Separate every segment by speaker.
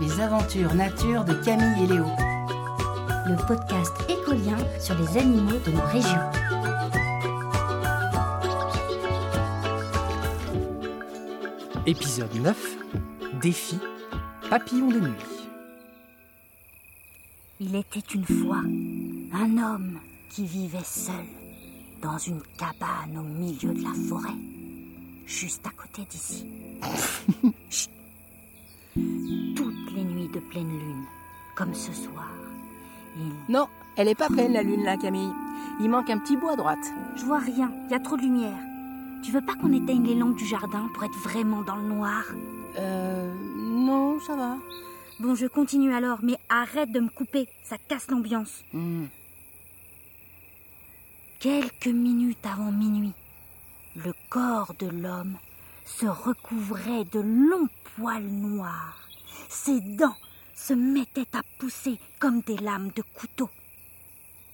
Speaker 1: les aventures nature de Camille et Léo.
Speaker 2: le podcast écolien sur les animaux de nos régions.
Speaker 3: Épisode 9 Défi Papillon de nuit.
Speaker 2: Il était une fois un homme qui vivait seul dans une cabane au milieu de la forêt, juste à côté d'ici. Chut. Toutes les nuits de pleine lune, comme ce soir, il...
Speaker 4: Non, elle est pas pleine la lune là, Camille. Il manque un petit bout à droite.
Speaker 2: Je vois rien, il y a trop de lumière. Tu veux pas qu'on éteigne les lampes du jardin pour être vraiment dans le noir
Speaker 4: Euh. Non, ça va.
Speaker 2: Bon, je continue alors, mais arrête de me couper, ça casse l'ambiance. Quelques minutes avant minuit, le corps de l'homme se recouvrait de longs poils noirs. Ses dents se mettaient à pousser comme des lames de couteau.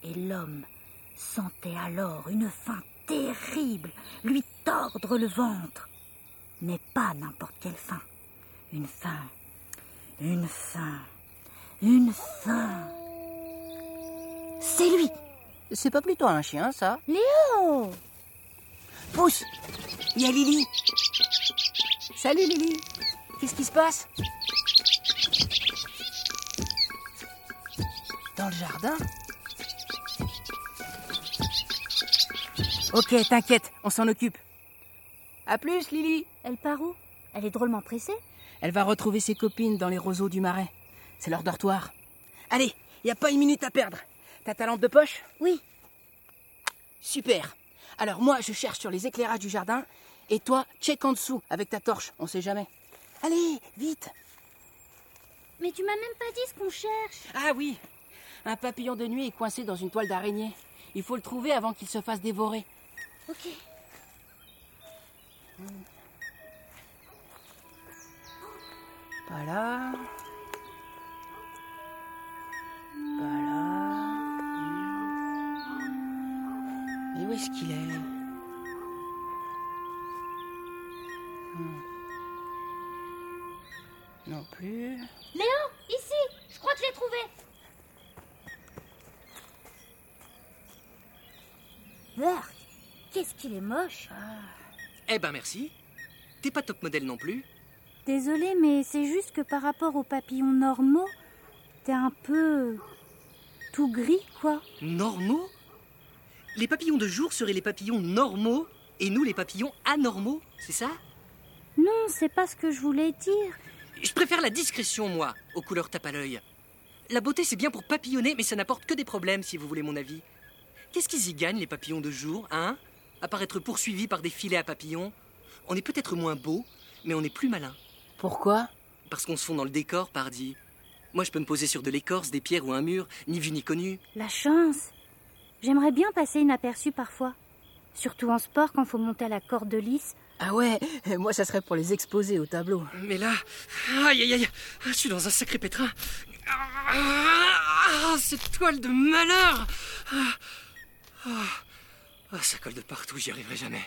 Speaker 2: Et l'homme sentait alors une faim terrible lui tordre le ventre. Mais pas n'importe quelle faim. Une faim. Une faim. Une faim. C'est lui
Speaker 4: C'est pas plutôt un chien, ça
Speaker 2: Léo
Speaker 4: Pousse Il y a Lily Salut Lily Qu'est-ce qui se passe Dans le jardin Ok, t'inquiète, on s'en occupe. À plus, Lily
Speaker 2: Elle part où Elle est drôlement pressée
Speaker 4: Elle va retrouver ses copines dans les roseaux du marais. C'est leur dortoir. Allez, y a pas une minute à perdre. T'as ta lampe de poche
Speaker 2: Oui.
Speaker 4: Super. Alors moi, je cherche sur les éclairages du jardin. Et toi, check en dessous avec ta torche, on sait jamais. Allez, vite
Speaker 2: Mais tu m'as même pas dit ce qu'on cherche.
Speaker 4: Ah oui Un papillon de nuit est coincé dans une toile d'araignée. Il faut le trouver avant qu'il se fasse dévorer.
Speaker 2: Ok.
Speaker 4: Pas là. Pas là. Mais où est-ce qu'il est, Hmm. Non plus.
Speaker 2: Léo, ici Je crois que je l'ai trouvé Burk Qu'est-ce qu'il est moche
Speaker 5: Eh ben merci. T'es pas top modèle non plus.
Speaker 2: Désolée, mais c'est juste que par rapport aux papillons normaux, t'es un peu... tout gris, quoi.
Speaker 5: Normaux Les papillons de jour seraient les papillons normaux et nous les papillons anormaux, c'est ça
Speaker 2: Non, c'est pas ce que je voulais dire.
Speaker 5: Je préfère la discrétion, moi, aux couleurs tape à l'œil. La beauté, c'est bien pour papillonner, mais ça n'apporte que des problèmes, si vous voulez mon avis. Qu'est-ce qu'ils y gagnent, les papillons de jour, hein À part être poursuivis par des filets à papillons On est peut-être moins beau, mais on est plus malin.
Speaker 4: Pourquoi
Speaker 5: Parce qu'on se fond dans le décor, pardi. Moi, je peux me poser sur de l'écorce, des pierres ou un mur, ni vu ni connu.
Speaker 2: La chance J'aimerais bien passer inaperçu parfois. Surtout en sport quand faut monter à la corde de lisse.
Speaker 4: Ah ouais, moi ça serait pour les exposer au tableau.
Speaker 5: Mais là, aïe aïe aïe, je suis dans un sacré pétrin. Ah, cette toile de malheur Ah, ah, ah, Ça colle de partout, j'y arriverai jamais.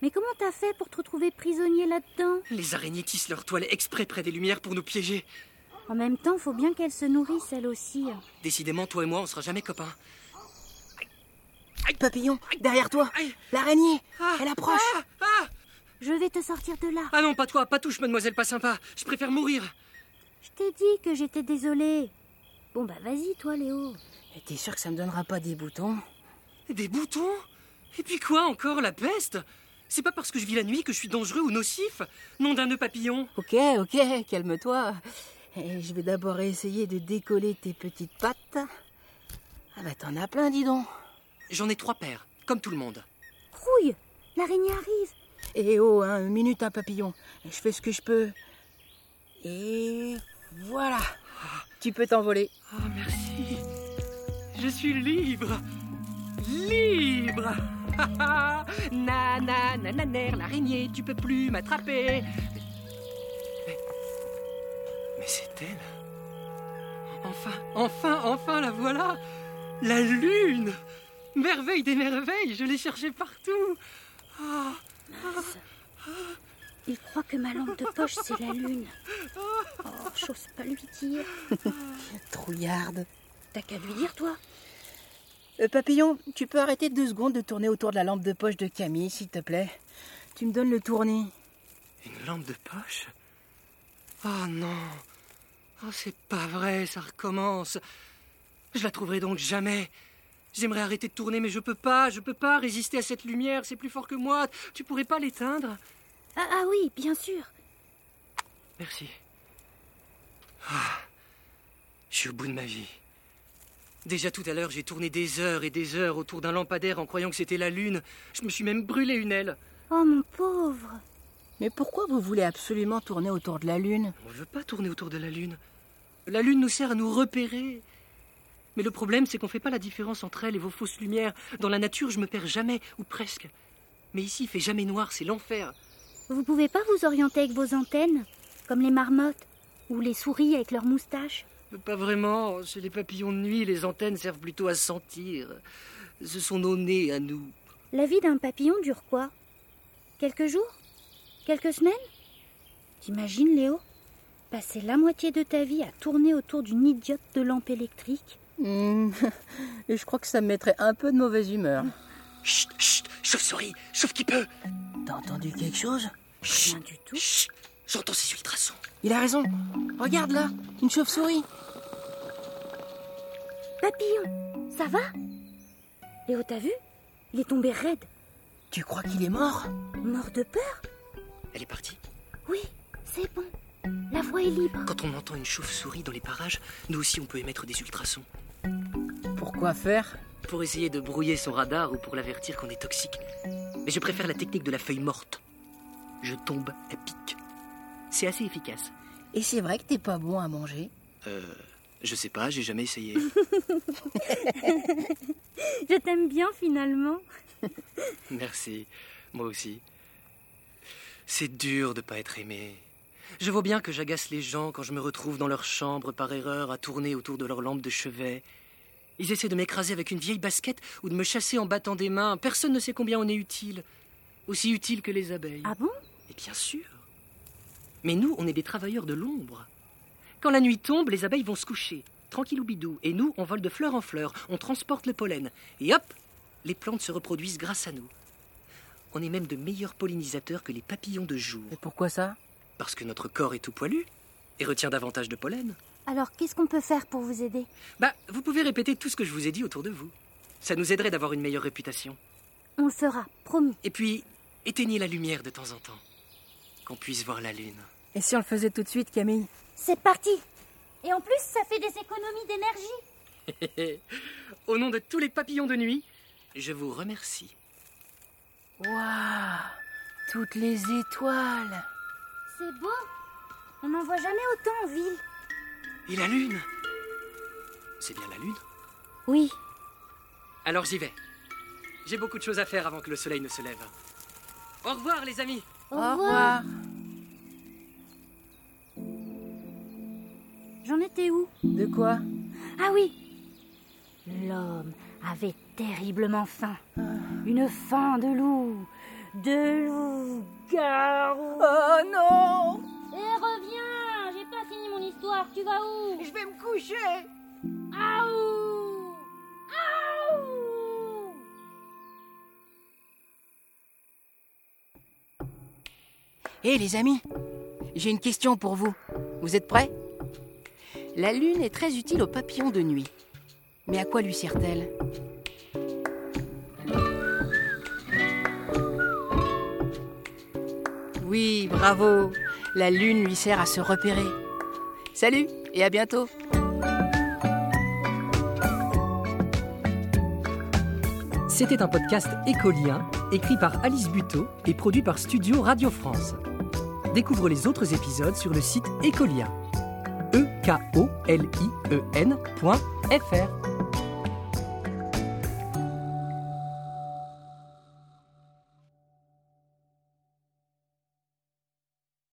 Speaker 2: Mais comment t'as fait pour te retrouver prisonnier là-dedans
Speaker 5: Les araignées tissent leur toile exprès près des lumières pour nous piéger.
Speaker 2: En même temps, faut bien qu'elle se nourrisse elle aussi.
Speaker 5: Décidément, toi et moi, on sera jamais copains.
Speaker 4: Papillon, derrière toi
Speaker 5: Aïe.
Speaker 4: L'araignée
Speaker 5: Ah,
Speaker 4: Elle approche
Speaker 5: Ah, ah,
Speaker 2: Je vais te sortir de là.
Speaker 5: ah non, pas toi, pas touche, mademoiselle pas sympa. Je préfère mourir.
Speaker 2: Je t'ai dit que j'étais désolée. Bon bah vas-y toi Léo.
Speaker 4: Et T'es sûr que ça me donnera pas des boutons
Speaker 5: Des boutons Et puis quoi encore, la peste C'est pas parce que je vis la nuit que je suis dangereux ou nocif Nom d'un nœud papillon
Speaker 4: Ok, ok, calme-toi. Et Je vais d'abord essayer de décoller tes petites pattes. Ah bah t'en as plein, dis donc.
Speaker 5: J'en ai trois paires, comme tout le monde.
Speaker 2: Rouille L'araignée arrive.
Speaker 4: Et oh, hein, une minute, un papillon. Je fais ce que je peux. Et voilà. Tu peux t'envoler.
Speaker 5: Oh, merci. Je suis libre. Libre. na na na na ner, l'araignée, tu peux plus m'attraper. Mais, mais c'est elle. Enfin, enfin, enfin, la voilà. La lune. Merveille des merveilles, je l'ai cherchée partout. Ah, ah, ah.
Speaker 2: Il croit que ma lampe de poche, c'est la lune. Oh, j'ose pas lui dire.
Speaker 4: Trouillarde.
Speaker 2: T'as qu'à lui dire, toi
Speaker 4: Euh, papillon, tu peux arrêter deux secondes de tourner autour de la lampe de poche de Camille, s'il te plaît Tu me donnes le tournis.
Speaker 5: Une lampe de poche Oh non Oh, c'est pas vrai, ça recommence Je la trouverai donc jamais J'aimerais arrêter de tourner, mais je peux pas, je peux pas résister à cette lumière, c'est plus fort que moi Tu pourrais pas l'éteindre
Speaker 2: Ah, ah oui, bien sûr.
Speaker 5: Merci. Ah, je suis au bout de ma vie. Déjà tout à l'heure, j'ai tourné des heures et des heures autour d'un lampadaire en croyant que c'était la lune. Je me suis même brûlé une aile.
Speaker 2: Oh, mon pauvre.
Speaker 4: Mais pourquoi vous voulez absolument tourner autour de la lune
Speaker 5: On ne veut pas tourner autour de la Lune. La Lune nous sert à nous repérer. Mais le problème, c'est qu'on ne fait pas la différence entre elle et vos fausses lumières. Dans la nature, je me perds jamais, ou presque. Mais ici, il fait jamais noir, c'est l'enfer.
Speaker 2: Vous pouvez pas vous orienter avec vos antennes Comme les marmottes Ou les souris avec leurs moustaches
Speaker 5: Pas vraiment, chez les papillons de nuit, les antennes servent plutôt à sentir. Ce sont nos nez à nous.
Speaker 2: La vie d'un papillon dure quoi Quelques jours Quelques semaines T'imagines, Léo Passer la moitié de ta vie à tourner autour d'une idiote de lampe électrique
Speaker 4: Hum, Je crois que ça me mettrait un peu de mauvaise humeur.
Speaker 5: Chut, chut, chauve-souris, chauve qui peut.
Speaker 4: T'as entendu quelque chose
Speaker 5: Chut,
Speaker 2: Rien du tout.
Speaker 5: chut, j'entends ces ultrasons.
Speaker 4: Il a raison. Regarde là, une chauve-souris.
Speaker 2: Papillon, ça va Léo, t'as vu Il est tombé raide,
Speaker 4: Tu crois qu'il est mort
Speaker 2: mort de peur
Speaker 5: Elle est partie.
Speaker 2: Oui, c'est bon. La voie est libre.
Speaker 5: Quand on entend une chauve-souris dans les parages, nous aussi, on peut émettre des ultrasons.
Speaker 4: Pourquoi faire
Speaker 5: Pour essayer de brouiller son radar ou pour l'avertir qu'on est toxique. Mais je préfère la technique de la feuille morte. Je tombe, elle pique. C'est assez efficace.
Speaker 4: Et c'est vrai que t'es pas bon à manger.
Speaker 5: Euh, je sais pas, j'ai jamais essayé.
Speaker 2: Je t'aime bien finalement.
Speaker 5: Merci, moi aussi. C'est dur de pas être aimé. Je vois bien que j'agace les gens quand je me retrouve dans leur chambre par erreur à tourner autour de leur lampe de chevet. Ils essaient de m'écraser avec une vieille basket ou de me chasser en battant des mains. Personne ne sait combien on est utile. Aussi utile que les abeilles.
Speaker 2: Ah bon
Speaker 5: Mais bien sûr. Mais nous, on est des travailleurs de l'ombre. Quand la nuit tombe, les abeilles vont se coucher, tranquille ou bidou, et nous, on vole de fleur en fleur, on transporte le pollen, et hop, les plantes se reproduisent grâce à nous. On est même de meilleurs pollinisateurs que les papillons de jour,
Speaker 4: Et pourquoi ça
Speaker 5: parce que notre corps est tout poilu et retient davantage de pollen.
Speaker 2: Alors qu'est-ce qu'on peut faire pour vous aider
Speaker 5: Bah, vous pouvez répéter tout ce que je vous ai dit autour de vous. Ça nous aiderait d'avoir une meilleure réputation.
Speaker 2: On le fera, promis.
Speaker 5: Et puis, éteignez la lumière de temps en temps, qu'on puisse voir la lune.
Speaker 4: Et si on le faisait tout de suite, Camille
Speaker 2: C'est parti Et en plus, ça fait des économies d'énergie
Speaker 5: Au nom de tous les papillons de nuit, je vous remercie.
Speaker 4: Waouh Toutes les étoiles
Speaker 2: C'est beau On n'en voit jamais autant en ville.
Speaker 5: Et la lune C'est bien la lune
Speaker 2: Oui,
Speaker 5: Alors j'y vais. J'ai beaucoup de choses à faire avant que le soleil ne se lève. Au revoir les amis
Speaker 2: au, revoir. J'en étais où
Speaker 4: De quoi
Speaker 2: Ah oui L'homme avait terriblement faim. Une faim de loup. De loup. Garou.
Speaker 4: Oh non
Speaker 2: Eh, reviens J'ai pas fini mon histoire, tu vas où
Speaker 4: Je vais me coucher
Speaker 2: Aou Aou
Speaker 4: Hé Eh, les amis, j'ai une question pour vous. Vous êtes prêts La lune est très utile aux papillons de nuit. Mais à quoi lui sert-elle Oui, bravo La lune lui sert à se repérer. Salut et à bientôt
Speaker 3: C'était un podcast écolien, écrit par Alice Buteau et produit par Studio Radio France. Découvre les autres épisodes sur le site écolien. e k o l i e